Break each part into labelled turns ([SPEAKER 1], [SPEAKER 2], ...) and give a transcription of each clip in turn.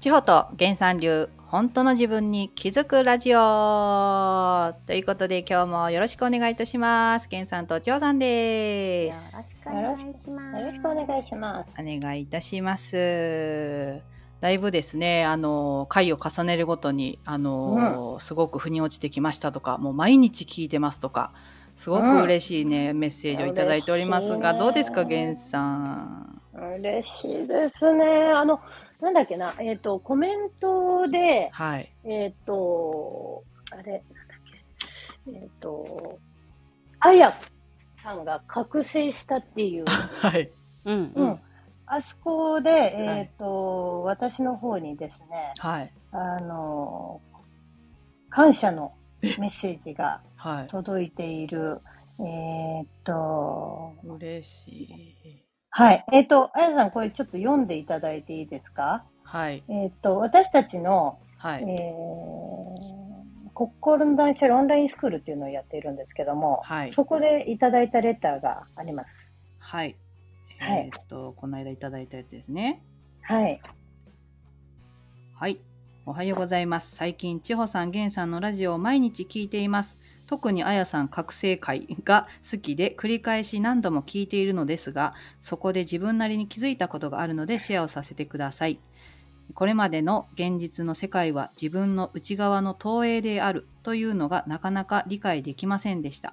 [SPEAKER 1] 地方と原産流本当の自分に気づくラジオということで今日もよろしくお願いいたします。原さんと千穂さん
[SPEAKER 2] よ
[SPEAKER 1] で
[SPEAKER 2] ろ
[SPEAKER 1] す。
[SPEAKER 2] しくお願いします。
[SPEAKER 3] よろしくお願いします。
[SPEAKER 1] お願いいたします。だいぶですね、あの、回を重ねるごとに、あの、すごく腑に落ちてきましたとか、もう毎日聞いてますとか、すごく嬉しいね、メッセージをいただいておりますが、
[SPEAKER 3] 嬉しいね
[SPEAKER 1] どうですか、源さん。
[SPEAKER 3] 嬉しいですね。あの、なんだっけな、えっ、と、コメントで、
[SPEAKER 1] はい。
[SPEAKER 3] えっ、と、あれ、なんだっけ、えっ、と、あやさんが覚醒したっていう、
[SPEAKER 1] はい。
[SPEAKER 2] うんう
[SPEAKER 3] うんん。あそこで、えっ、と、私の方にですね、
[SPEAKER 1] はい。
[SPEAKER 3] あの、感謝のメッセージが
[SPEAKER 1] はい。
[SPEAKER 3] 届いている、えっ、と、
[SPEAKER 1] 嬉しい。
[SPEAKER 3] はい。えっ、と、あやさん、これちょっと読んでいただいていいですか
[SPEAKER 1] はい。
[SPEAKER 3] えっ、と、私たちの、
[SPEAKER 1] は
[SPEAKER 3] え
[SPEAKER 1] い。
[SPEAKER 3] ー、国交論断してるオンラインスクールっていうのをやっているんですけども、
[SPEAKER 1] はい。
[SPEAKER 3] そこでいただいたレターがあります。
[SPEAKER 1] はい。
[SPEAKER 3] はい
[SPEAKER 1] えーっと、この間いただいたやつですね。
[SPEAKER 3] はい。
[SPEAKER 1] はい。おはようございます。最近、千穂さん、源さんのラジオを毎日聞いています。特にあやさん覚醒会が好きで繰り返し何度も聞いているのですが、そこで自分なりに気づいたことがあるのでシェアをさせてください。これまでの現実の世界は自分の内側の投影であるというのがなかなか理解できませんでした。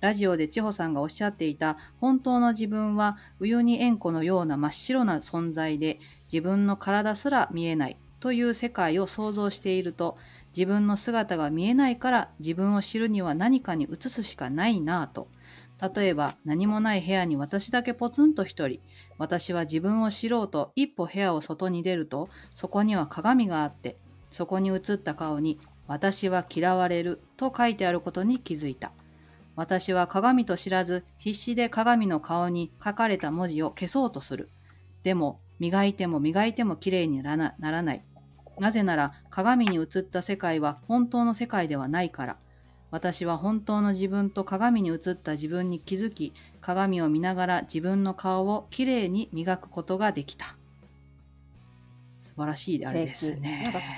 [SPEAKER 1] ラジオで千穂さんがおっしゃっていた本当の自分はウユニ塩湖のような真っ白な存在で自分の体すら見えないという世界を想像していると自分の姿が見えないから自分を知るには何かに移すしかないなぁと例えば何もない部屋に私だけポツンと一人私は自分を知ろうと一歩部屋を外に出るとそこには鏡があってそこに映った顔に私は嫌われると書いてあることに気づいた私は鏡と知らず必死で鏡の顔に書かれた文字を消そうとするでも磨いても磨いても綺麗にならなならない。なぜなら鏡に映った世界は本当の世界ではないから。私は本当の自分と鏡に映った自分に気づき、鏡を見ながら自分の顔を綺麗に磨くことができた。素晴らしいあれですね
[SPEAKER 2] 素敵なん。か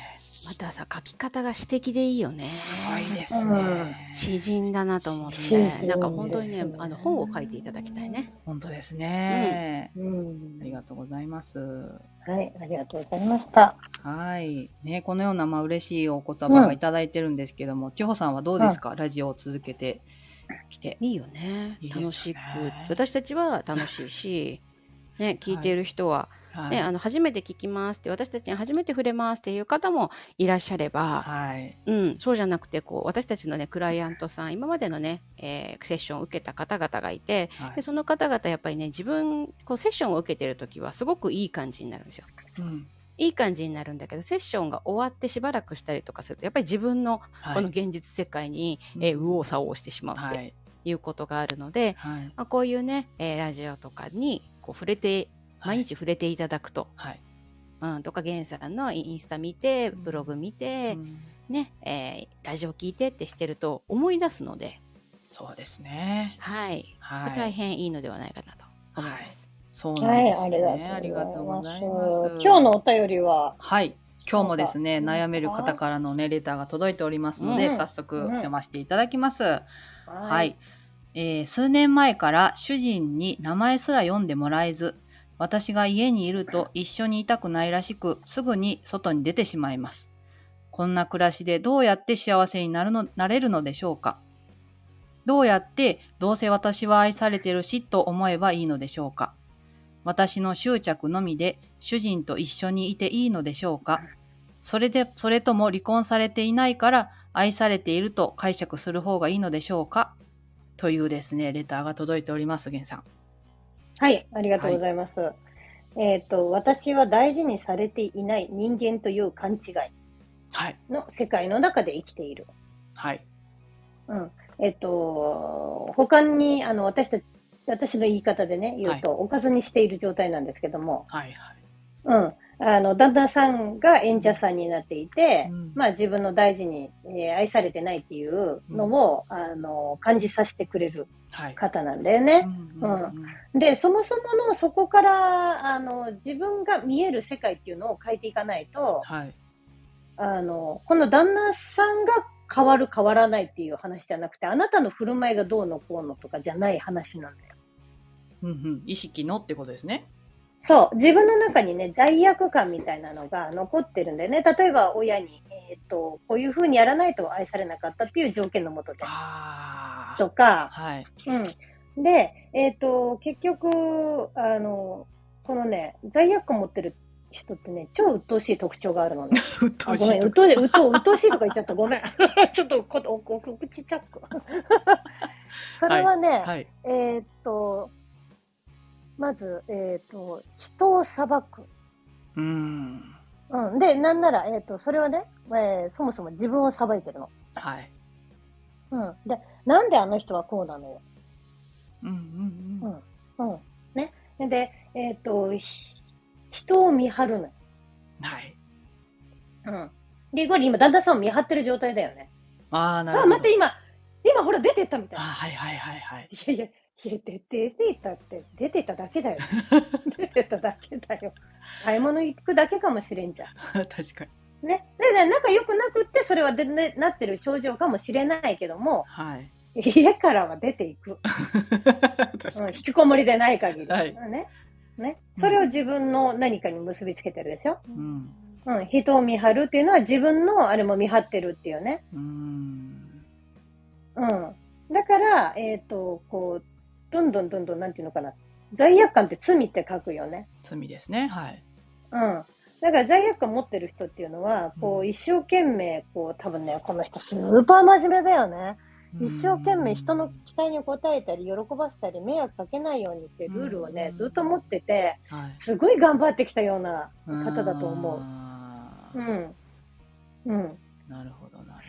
[SPEAKER 2] またさ、書き方が詩的でいいよね。
[SPEAKER 1] すごいです
[SPEAKER 3] うん
[SPEAKER 1] ね。
[SPEAKER 2] 詩人だなと思っ
[SPEAKER 3] 詩人です
[SPEAKER 2] て。
[SPEAKER 3] ね
[SPEAKER 2] なんか本当にね、あの本を書いていただきたいね。
[SPEAKER 1] 本当ですね。
[SPEAKER 3] うん
[SPEAKER 1] ありがとうございます。
[SPEAKER 3] はい。ありがとうございました。
[SPEAKER 1] はい。ね、このような、まあ、嬉しいお言葉がいただいてるんですけども、千穂さんはどうですか、ラジオを続けてきて。
[SPEAKER 2] いいよね
[SPEAKER 1] いい。ですね
[SPEAKER 2] 楽しく。私たちは楽しいし、ね、聞いている人は、
[SPEAKER 1] はい。
[SPEAKER 2] ね、あの、初めて聞きますって、私たちに初めて触れますっていう方もいらっしゃれば、
[SPEAKER 1] はい。
[SPEAKER 2] うん、そうじゃなくてこう私たちの、ね、クライアントさん今までの、ねえーセッションを受けた方々がいて
[SPEAKER 1] はい
[SPEAKER 2] でその方々やっぱりね自分こうセッションを受けてる時はすごくいい感じになるんですよ。
[SPEAKER 1] うん。
[SPEAKER 2] いい感じになるんだけどセッションが終わってしばらくしたりとかするとやっぱり自分の
[SPEAKER 1] はい。
[SPEAKER 2] この現実世界に、
[SPEAKER 1] うん
[SPEAKER 2] えー右往左往してしまうっ
[SPEAKER 1] は
[SPEAKER 2] て
[SPEAKER 1] い。
[SPEAKER 2] いうことがあるので、
[SPEAKER 1] はい。
[SPEAKER 2] まあ、こういうね、えーラジオとかにこう触れて毎日触れていただくと、
[SPEAKER 1] はい。
[SPEAKER 2] うん、とかゲンさんのインスタ見てブログ見て、
[SPEAKER 1] うん
[SPEAKER 2] ね、えーラジオ聞いてってしてると思い出すので、
[SPEAKER 1] そうですね。
[SPEAKER 2] はい、
[SPEAKER 1] は
[SPEAKER 2] 大
[SPEAKER 1] い。
[SPEAKER 2] 変いいのではないかなと思います。
[SPEAKER 1] そう
[SPEAKER 3] は
[SPEAKER 1] なん
[SPEAKER 3] い。
[SPEAKER 1] です
[SPEAKER 3] あ
[SPEAKER 1] よ
[SPEAKER 3] り
[SPEAKER 1] ね。ありが
[SPEAKER 3] がと
[SPEAKER 1] と
[SPEAKER 3] う
[SPEAKER 1] う
[SPEAKER 3] ご
[SPEAKER 1] ご
[SPEAKER 3] ざ
[SPEAKER 1] ざ
[SPEAKER 3] い
[SPEAKER 1] い
[SPEAKER 3] ま。
[SPEAKER 1] ますす。
[SPEAKER 3] 今日のお便りは、
[SPEAKER 1] はい。今日もですね、
[SPEAKER 3] なんか
[SPEAKER 1] 悩める方からのね、レターが届いておりますので、
[SPEAKER 3] うん
[SPEAKER 1] 早速読ませていただきます。は、。
[SPEAKER 3] はい
[SPEAKER 1] えー数年前から主人に名前すら読んでもらえず、私が家にいると一緒にいたくないらしく、すぐに外に出てしまいます。こんな暮らしでどうやって幸せになるのなれるのでしょうかどうやってどうせ私は愛されてるしと思えばいいのでしょうか私の執着のみで主人と一緒にいていいのでしょうかそれで、それとも離婚されていないから愛されていると解釈する方がいいのでしょうかというですね、レターが届いております、源さん。
[SPEAKER 3] はい、ありがとうございます。えっ、と、私は大事にされていない人間という勘違い
[SPEAKER 1] はい。
[SPEAKER 3] の世界の中で生きている。
[SPEAKER 1] はい。
[SPEAKER 3] うん。えっ、と、他に、あの、私たち、私の言い方でね、言うと、おかずにしている状態なんですけども、
[SPEAKER 1] はい。はい。
[SPEAKER 3] うん。あの、旦那さんが演者さんになっていて、
[SPEAKER 1] うん
[SPEAKER 3] まあ自分の大事に、えー愛されてないっていうのを、あの、感じさせてくれる
[SPEAKER 1] はい。
[SPEAKER 3] 方なんだよね。
[SPEAKER 1] うんうんうん
[SPEAKER 3] で、そもそものそこから、あの、自分が見える世界っていうのを変えていかないと、
[SPEAKER 1] はい。
[SPEAKER 3] あの、この旦那さんが変わる変わらないっていう話じゃなくて、あなたの振る舞いがどうのこうのとかじゃない話なんだよ。
[SPEAKER 1] うんうん。意識のってことですね。
[SPEAKER 3] そう、自分の中にね、罪悪感みたいなのが残ってるんだよね。例えば、親に、えーっ、と、こういう風にやらないと愛されなかったっていう条件のもとで、
[SPEAKER 1] ああ。
[SPEAKER 3] とか、
[SPEAKER 1] はい。
[SPEAKER 3] うん。で、えーっ、と、結局、あの、このね、罪悪感持ってる人ってね、超鬱陶しい特徴があるのね。
[SPEAKER 1] うっと
[SPEAKER 3] あ
[SPEAKER 1] う
[SPEAKER 3] ご
[SPEAKER 1] し
[SPEAKER 3] めん、
[SPEAKER 1] いと。
[SPEAKER 3] うとう、うとう、うとうしいとか言っちゃった。ごめん。 ちょっとこ、お、お、お口チャッ ク。それはね、
[SPEAKER 1] はい。
[SPEAKER 3] えーっと、まず、えーっと、人を裁く。
[SPEAKER 1] うん。
[SPEAKER 3] うん。で、なんなら、えーっと、それはね、えーそもそも自分を裁いてるの。
[SPEAKER 1] はい。
[SPEAKER 3] うん。で、なんであの人はこうなのよ。
[SPEAKER 1] うんうんうん。
[SPEAKER 3] うん。ね。で、えーっと、ひ人を見張るのよ。
[SPEAKER 1] はい。
[SPEAKER 3] うん。で、これ今、旦那さんを見張ってる状態だよね。
[SPEAKER 1] ああ、なるほ
[SPEAKER 3] あ、
[SPEAKER 1] ど。
[SPEAKER 3] 待って、今、今ほら出てったみたい
[SPEAKER 1] あ
[SPEAKER 3] な。
[SPEAKER 1] はいはいはいはい。
[SPEAKER 3] いやいや、いや出て出てたって、出てただ けだよ。出てただけだよ。買い物行くだけかもしれんじゃ
[SPEAKER 1] 確かに。
[SPEAKER 3] ん。ね。だから仲良くなくって、それはで、ね、なってる症状かもしれないけども、
[SPEAKER 1] はい。
[SPEAKER 3] 家からは出ていく。
[SPEAKER 1] 確
[SPEAKER 3] うん、
[SPEAKER 1] か
[SPEAKER 3] 引
[SPEAKER 1] に。
[SPEAKER 3] きこもりでない限り。
[SPEAKER 1] はい
[SPEAKER 3] ね。ね。それを自分の何かに結びつけてるでしょ。
[SPEAKER 1] うん。
[SPEAKER 3] うん。人を見張るっていうのは自分のあれも見張ってるっていうね。
[SPEAKER 1] うん。
[SPEAKER 3] うん。だから、えっ、と、こう、どんどんどんどん、なんていうのかな。罪悪感って罪って書くよね。
[SPEAKER 1] 罪ですね。はい。
[SPEAKER 3] うん。だから罪悪感持ってる人っていうのは、こ
[SPEAKER 1] う
[SPEAKER 3] う、一生懸命、こう、多分ね、この人、スーパー真面目だよね。一生懸命人の期待に応えたり、喜ばせたり、迷惑かけないようにっていうルールをね
[SPEAKER 1] う、ん
[SPEAKER 3] ずっと持ってて、
[SPEAKER 1] はい
[SPEAKER 3] すごい頑張ってきたような方だと思
[SPEAKER 1] あ
[SPEAKER 3] う。
[SPEAKER 1] ー
[SPEAKER 3] うん。うん。
[SPEAKER 1] なるほどなる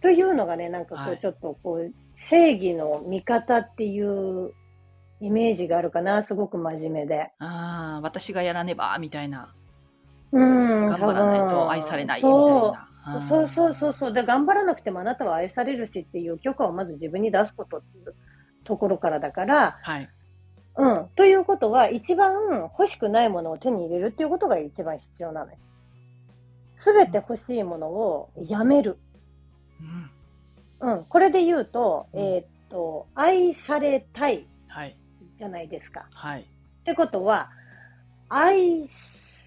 [SPEAKER 3] というのがね、なんかこ
[SPEAKER 1] は
[SPEAKER 3] う、
[SPEAKER 1] い
[SPEAKER 3] ちょっとこう、正義の味方っていうイメージがあるかな、すごく真面目で。
[SPEAKER 1] ほど。ああ、私がやらねばみたいな。
[SPEAKER 3] うん。
[SPEAKER 1] 頑張らないと愛されないみたい
[SPEAKER 3] そう
[SPEAKER 1] な。あー
[SPEAKER 3] そうそうそうそう。で、頑張らなくてもあなたは愛されるしっていう許可をまず自分に出すことっていうところからだから、
[SPEAKER 1] はい。
[SPEAKER 3] うん。ということは、一番欲しくないものを手に入れるっていうことが一番必要なのよ。すべて欲しいものをやめる。
[SPEAKER 1] うん
[SPEAKER 3] うん。これで言うと、
[SPEAKER 1] うん
[SPEAKER 3] えーっと、愛されたい
[SPEAKER 1] はい。
[SPEAKER 3] じゃないですか。
[SPEAKER 1] はい。
[SPEAKER 3] ってことは、愛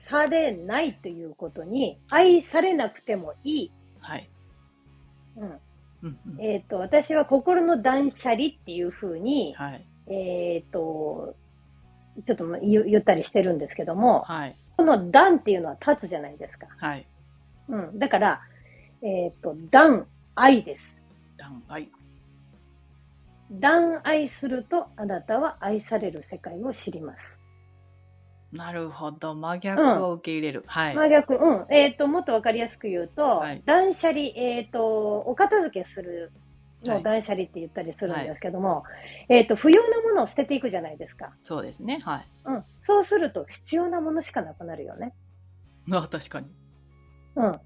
[SPEAKER 3] されないということに、愛されなくてもいい。
[SPEAKER 1] はい。
[SPEAKER 3] うん。
[SPEAKER 1] うんうん
[SPEAKER 3] えっと私は心の断捨離っていうふうに、
[SPEAKER 1] はい。
[SPEAKER 3] えっとちょっと言言ったりしてるんですけども、
[SPEAKER 1] はい。
[SPEAKER 3] この断っていうのは立つじゃないですか。
[SPEAKER 1] はい。
[SPEAKER 3] うん、だから、えっと断愛です。
[SPEAKER 1] 断愛。
[SPEAKER 3] 断愛するとあなたは愛される世界を知ります。
[SPEAKER 1] なるほど。真逆を受け入れる。はい。
[SPEAKER 3] 真逆、うん。えっ、と、もっとわかりやすく言うと、
[SPEAKER 1] はい
[SPEAKER 3] 断捨離、えっ、と、お片付けするの
[SPEAKER 1] は
[SPEAKER 3] を
[SPEAKER 1] い
[SPEAKER 3] 断捨離って言ったりするんですけども、えっ、と、不要なものを捨てていくじゃないですか。
[SPEAKER 1] そうですね。はい。
[SPEAKER 3] うん、そうすると必要なものしかなくなるよね。
[SPEAKER 1] あ確かに。
[SPEAKER 3] うん、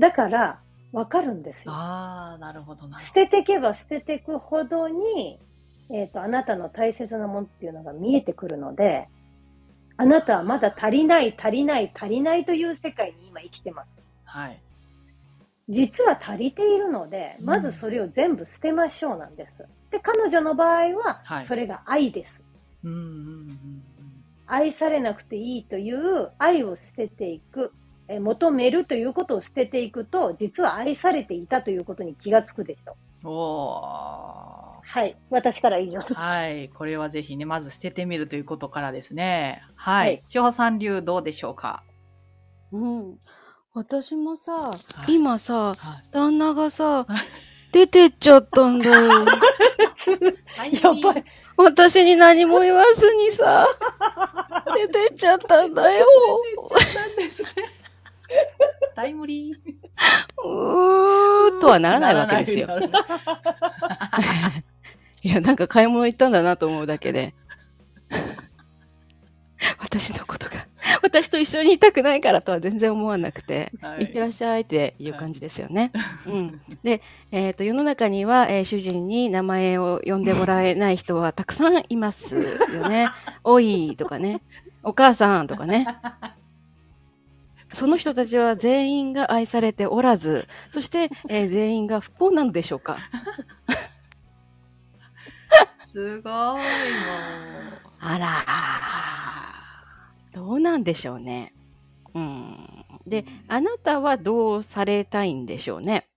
[SPEAKER 3] だから分かるんですよ。
[SPEAKER 1] ああ、なるほどなる
[SPEAKER 3] 捨
[SPEAKER 1] ほ
[SPEAKER 3] てていけば捨てていくほどに、えっとあなたの大切なものっていうのが見えてくるのであなたはまだ足りない足りない足りないという世界に今生きてます。
[SPEAKER 1] ど。はい。
[SPEAKER 3] 実は足りているのでまずそれを全部捨てましょうなんです。で彼女の場合は
[SPEAKER 1] はい
[SPEAKER 3] それが愛です。
[SPEAKER 1] うんうんうんうん。
[SPEAKER 3] 愛されなくていいという愛を捨てていく、えー求めるということを捨てていくと、実は愛されていたということに気がつくでしょう。
[SPEAKER 1] お
[SPEAKER 3] はい。私から以上です
[SPEAKER 1] ー。はい。これはぜひね、まず捨ててみるということからですね。はい。
[SPEAKER 3] はい
[SPEAKER 1] 千穂さん流どうでしょうか
[SPEAKER 2] うん。私もさ、
[SPEAKER 1] い
[SPEAKER 2] 今
[SPEAKER 1] は
[SPEAKER 2] さ、
[SPEAKER 1] い。
[SPEAKER 2] 旦那がさ、出てっちゃったんだ よ。
[SPEAKER 3] やばい。
[SPEAKER 2] 私に何も言わずにさ、出てっちゃったん だよ。
[SPEAKER 1] タイムリー。
[SPEAKER 2] うーとはならないわけですよ。
[SPEAKER 1] ならない。
[SPEAKER 2] いや、なんか買い 物行ったんだなと思うだけで。私のことが私と一緒にいたくないからとは全然思わなくて、、
[SPEAKER 1] はい
[SPEAKER 2] ってらっしゃいっていう感じですよね。うん、で、えーと、世の中には、えー主人に名前を呼んでもらえない人はたくさんいます よね。おいとかね、お母さんとかね。その人たちは全員が愛されておらず、そして、えー全員が不幸なのでしょうか。
[SPEAKER 1] すごいもう。
[SPEAKER 2] あらどうなんでしょうね。うん。で、あなたはどうされたいんでしょうね。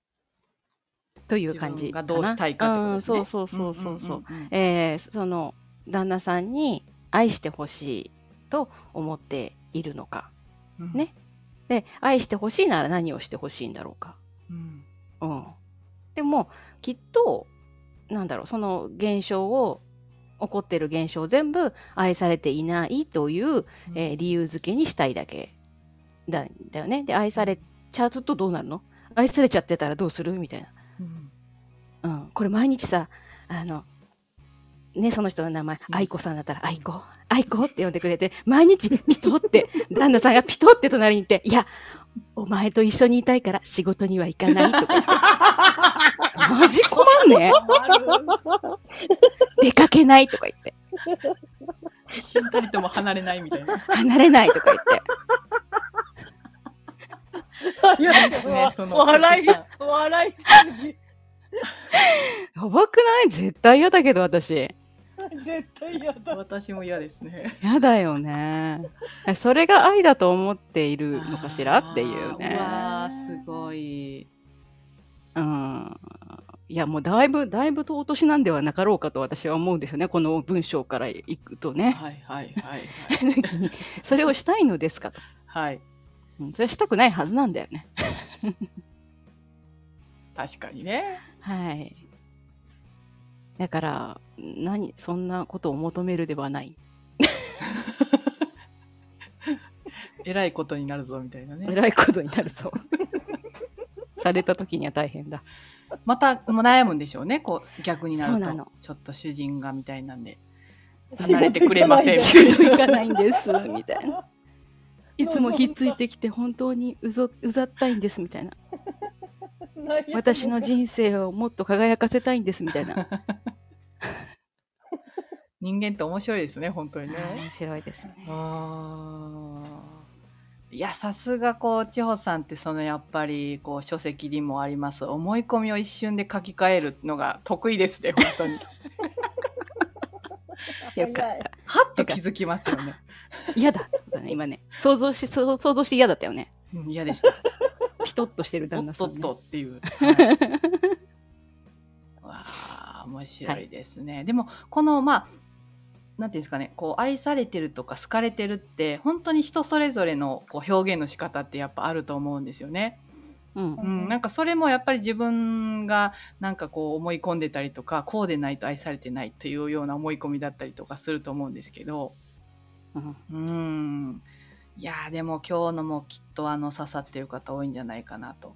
[SPEAKER 2] という感じ
[SPEAKER 1] 自分
[SPEAKER 2] か
[SPEAKER 1] が
[SPEAKER 2] な。
[SPEAKER 1] どうしたいかってことですね。
[SPEAKER 2] うんそうそうそうそうそう。
[SPEAKER 1] んんんん
[SPEAKER 2] えーその旦那さんに愛してほしいと思っているのか。
[SPEAKER 1] うん
[SPEAKER 2] ねで、愛してほしいなら何をしてほしいんだろうか。
[SPEAKER 1] うん
[SPEAKER 2] うん。でも、きっと、なんだろう、その現象を、起こってる現象を全部愛されていないというえー理由付けにしたいだけだだよね。で、愛されちゃうとどうなるの愛されちゃってたらどうするみたい
[SPEAKER 1] うん
[SPEAKER 2] な。うん。これ毎日さ、あの、ね、その人の名前、愛子さんだったら、愛子、愛子って呼んでくれて、毎日ピト って、旦那さんがピトって隣にいて、いや、お前と一緒にいたいから仕事には行かないと か、マジ困んね。出かけないとか言って、
[SPEAKER 1] 一瞬たりとも離れないみたいな。
[SPEAKER 2] 離れないとか言って、
[SPEAKER 3] いや
[SPEAKER 1] です ねその
[SPEAKER 3] 笑い、笑いすぎ。
[SPEAKER 2] やばくない絶対嫌だけど、私。
[SPEAKER 3] 絶対嫌だ。
[SPEAKER 1] 私も嫌ですね。
[SPEAKER 2] やだよね。それが愛だと思っているのかしらってい
[SPEAKER 1] あ
[SPEAKER 2] う
[SPEAKER 1] ーう
[SPEAKER 2] ね。
[SPEAKER 1] わー、すごい。
[SPEAKER 2] うん。いや、もうだいぶ、だいぶとお年なんではなかろうかと私は思うんですよね。この文章からいくと ね。
[SPEAKER 1] はいはいはい
[SPEAKER 2] 時にそれをしたいのですかと。
[SPEAKER 1] はい。はい。
[SPEAKER 2] うんそれはしたくないはずなんだよね。
[SPEAKER 1] 確かにね。
[SPEAKER 2] はい。だから、何、そんなことを求めるではない。
[SPEAKER 1] えらいことになるぞみたいなね。
[SPEAKER 2] 偉いことになる そう。された時には大変だ。
[SPEAKER 1] またもう悩むんでしょうね。こう逆にな
[SPEAKER 2] そう
[SPEAKER 1] る
[SPEAKER 2] な
[SPEAKER 1] と
[SPEAKER 2] の
[SPEAKER 1] ちょっと主人がみたいなんで離れてくれま せんみ
[SPEAKER 3] 仕
[SPEAKER 1] たいな。
[SPEAKER 2] 行かないんです、みたいな。いつもひっついてきて本当にうぞうざったいんですみたいな私 の人生をもっと輝かせたいんですみたいな
[SPEAKER 1] 人間って面白いですね本当にね。
[SPEAKER 2] 面白いですね
[SPEAKER 1] あーいやさすがこう千穂さんってそのやっぱりこう書籍にもあります思い込みを一瞬で書き換えるのが得意 ですね本当に
[SPEAKER 2] よかった
[SPEAKER 1] はっと気づきますよね
[SPEAKER 2] 嫌だってことね今ね想像しそう想像して嫌だったよね
[SPEAKER 1] うん嫌でした
[SPEAKER 2] ピトッとしてる
[SPEAKER 1] お
[SPEAKER 2] 旦那
[SPEAKER 1] っ
[SPEAKER 2] さ
[SPEAKER 1] と
[SPEAKER 2] ん、
[SPEAKER 1] っ
[SPEAKER 2] ね、
[SPEAKER 1] とっていう、はい、わあ面白いですね、でもこのまあなんていうんですかねこう愛されてるとか好かれてるって本当に人それぞれのこう表現の仕方ってやっぱあると思うんですよね。
[SPEAKER 2] うん
[SPEAKER 1] う、ん、なんかそれもやっぱり自分がなんかこう思い込んでたりとかこうでないと愛されてないというような思い込みだったりとかすると思うんですけど
[SPEAKER 2] うん
[SPEAKER 1] うんいやーでも今日のもきっとあの刺さってる方多いんじゃないかなと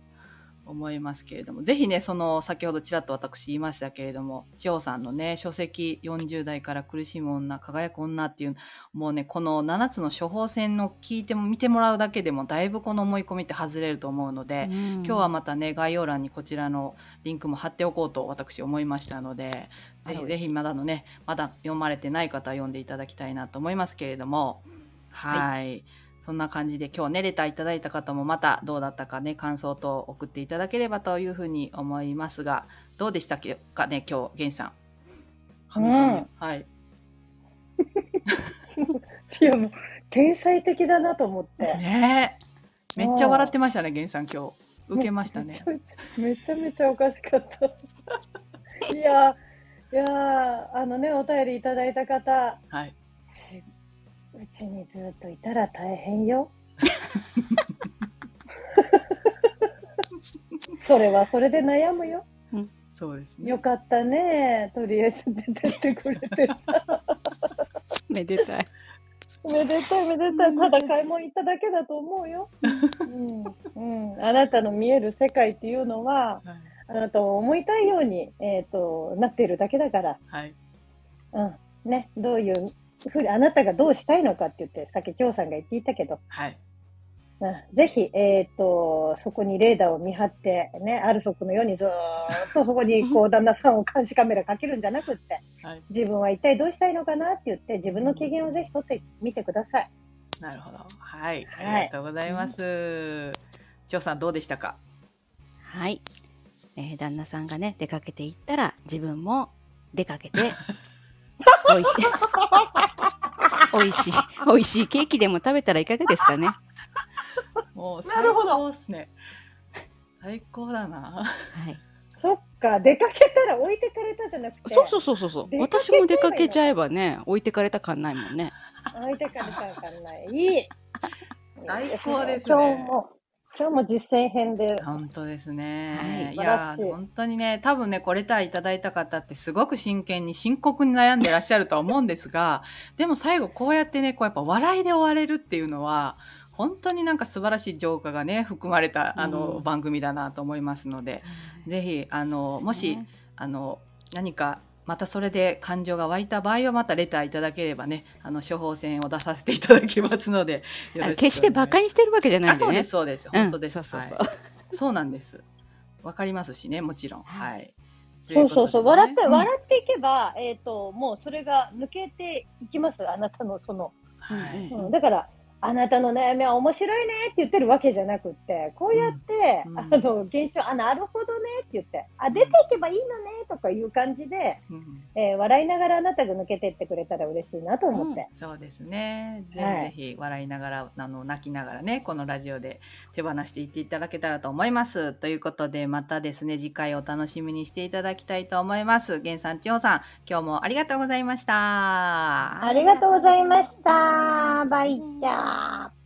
[SPEAKER 1] 思いますけれどもぜひねその先ほどちらっと私言いましたけれども千穂さんのね書籍「40代から苦しむ女輝く女」っていうもうねこの7つの処方箋の聞いても見てもらうだけでもだいぶこの思い込みって外れると思うので。
[SPEAKER 2] 今
[SPEAKER 1] 今日はまたね概要欄にこちらのリンクも貼っておこうと私思いましたのでぜ
[SPEAKER 2] あ
[SPEAKER 1] ひ
[SPEAKER 2] ら
[SPEAKER 1] ぜひまだのねまだ読まれてない方は読んでいただきたいなと思いますけれどもはいそんな感じで今日ねレターいただいた方もまたどうだったかね感想と送っていただければというふうに思いますがどうでしたっけかね今日源さん。神々
[SPEAKER 3] うん
[SPEAKER 1] はい、
[SPEAKER 3] いやもう天才的だなと思って。
[SPEAKER 1] ねえめっちゃ笑ってましたね源さん今日受けましたね。
[SPEAKER 3] めちゃめちゃめちゃおかしかった。いやいやあのねお便りいただいた方、
[SPEAKER 1] はい、
[SPEAKER 3] しうちにずっといたら大変よ。それはそれで悩むよ。
[SPEAKER 1] そうですね
[SPEAKER 3] よかったね。とりあえず出てってくれて。
[SPEAKER 2] めでたい
[SPEAKER 3] めでたいめでたい。ただ買い物行っただけだと思うよ。うん。うん。あなたの見える世界っていうのは、
[SPEAKER 1] はい
[SPEAKER 3] あなたを思いたいように、えっ、と、なっているだけだから。
[SPEAKER 1] はい
[SPEAKER 3] うん。ね。どういうふあなたがどうしたいのかって言って、さっき張さんが言っていたけど、
[SPEAKER 1] はい。
[SPEAKER 3] うんぜひ、えっ、と、そこにレーダーを見張って、ね、アルソックのようにずーっとそこに、こ う、旦那さんを監視カメラかけるんじゃなくって、
[SPEAKER 1] はい。
[SPEAKER 3] 自分は一体どうしたいのかなって言って、自分の機嫌をぜひ取ってみてください。
[SPEAKER 1] なるほど。はい。
[SPEAKER 3] はい
[SPEAKER 1] ありがとうございます。千代さんどうでしたか。
[SPEAKER 2] はい、えー旦那さんがね出かけていったら自分も出か けて美味しい 美味しい美味しいケーキでも食べたらいかがですかね
[SPEAKER 1] もう
[SPEAKER 3] な
[SPEAKER 1] 最
[SPEAKER 3] るほど
[SPEAKER 1] 高ですね。最高だな。
[SPEAKER 2] はい
[SPEAKER 3] そっか、出かけたら置いてかれたじゃなくて、
[SPEAKER 2] そうそうそうそうそう
[SPEAKER 3] 出かけ
[SPEAKER 2] 私
[SPEAKER 3] ちゃえばいいの
[SPEAKER 2] も出かけちゃえばね置いてかれた感ないもんね
[SPEAKER 3] 置いてかれたらわかんない。いい。
[SPEAKER 1] 最高ですね
[SPEAKER 3] 今日も、今日も実践編で、
[SPEAKER 1] 本当ですね。、
[SPEAKER 2] はい
[SPEAKER 1] や
[SPEAKER 3] い素晴らし
[SPEAKER 1] ー
[SPEAKER 3] い
[SPEAKER 1] 本当にね多分ねこれターいただいた方ってすごく真剣に深刻に悩んでらっしゃるとは思うんですが でも最後こうやってねこうやっぱ笑いで終われるっていうのは本当になんか素晴らしい浄化がね含まれたあの、
[SPEAKER 2] うん
[SPEAKER 1] 番組だなと思いますのでぜひあの、もしあの何かまたそれで感情が湧いた場合はまたレターいただければねあの処方箋を出させていただきますのでよろしくお願いします
[SPEAKER 2] 決して馬鹿にしてるわけじゃない
[SPEAKER 1] あ
[SPEAKER 2] んで
[SPEAKER 1] そうで
[SPEAKER 2] ね
[SPEAKER 1] すそうです
[SPEAKER 2] うん
[SPEAKER 1] 本当です、
[SPEAKER 2] そうそうそう
[SPEAKER 1] はいそうなんですわかりますしねもちろん
[SPEAKER 2] は
[SPEAKER 1] はい
[SPEAKER 3] そうそうそう、笑って、
[SPEAKER 1] っ
[SPEAKER 3] 笑っていけば、えっ、と、もうそれが抜けていきます、あなたのその、
[SPEAKER 1] て、は
[SPEAKER 2] うん
[SPEAKER 1] い、
[SPEAKER 3] うんだから、あなたの悩みは面白いねって言ってるわけじゃなくって、こうやって、
[SPEAKER 1] うんうん
[SPEAKER 3] あの、現象、あ、なるほどねって言って、あ、出ていけばいいのねとかいう感じで、
[SPEAKER 1] うん
[SPEAKER 3] えー笑いながらあなたが抜けてってくれたら嬉しいなと思って。
[SPEAKER 1] そうですねぜ
[SPEAKER 3] はい
[SPEAKER 1] ひぜひ笑いながら、あの泣きながらねこのラジオで手放していっていただけたらと思いますということでまたですね次回お楽しみにしていただきたいと思います源さん千穂さん今日もありがとうございました
[SPEAKER 3] ありがとうございました。バイチャー。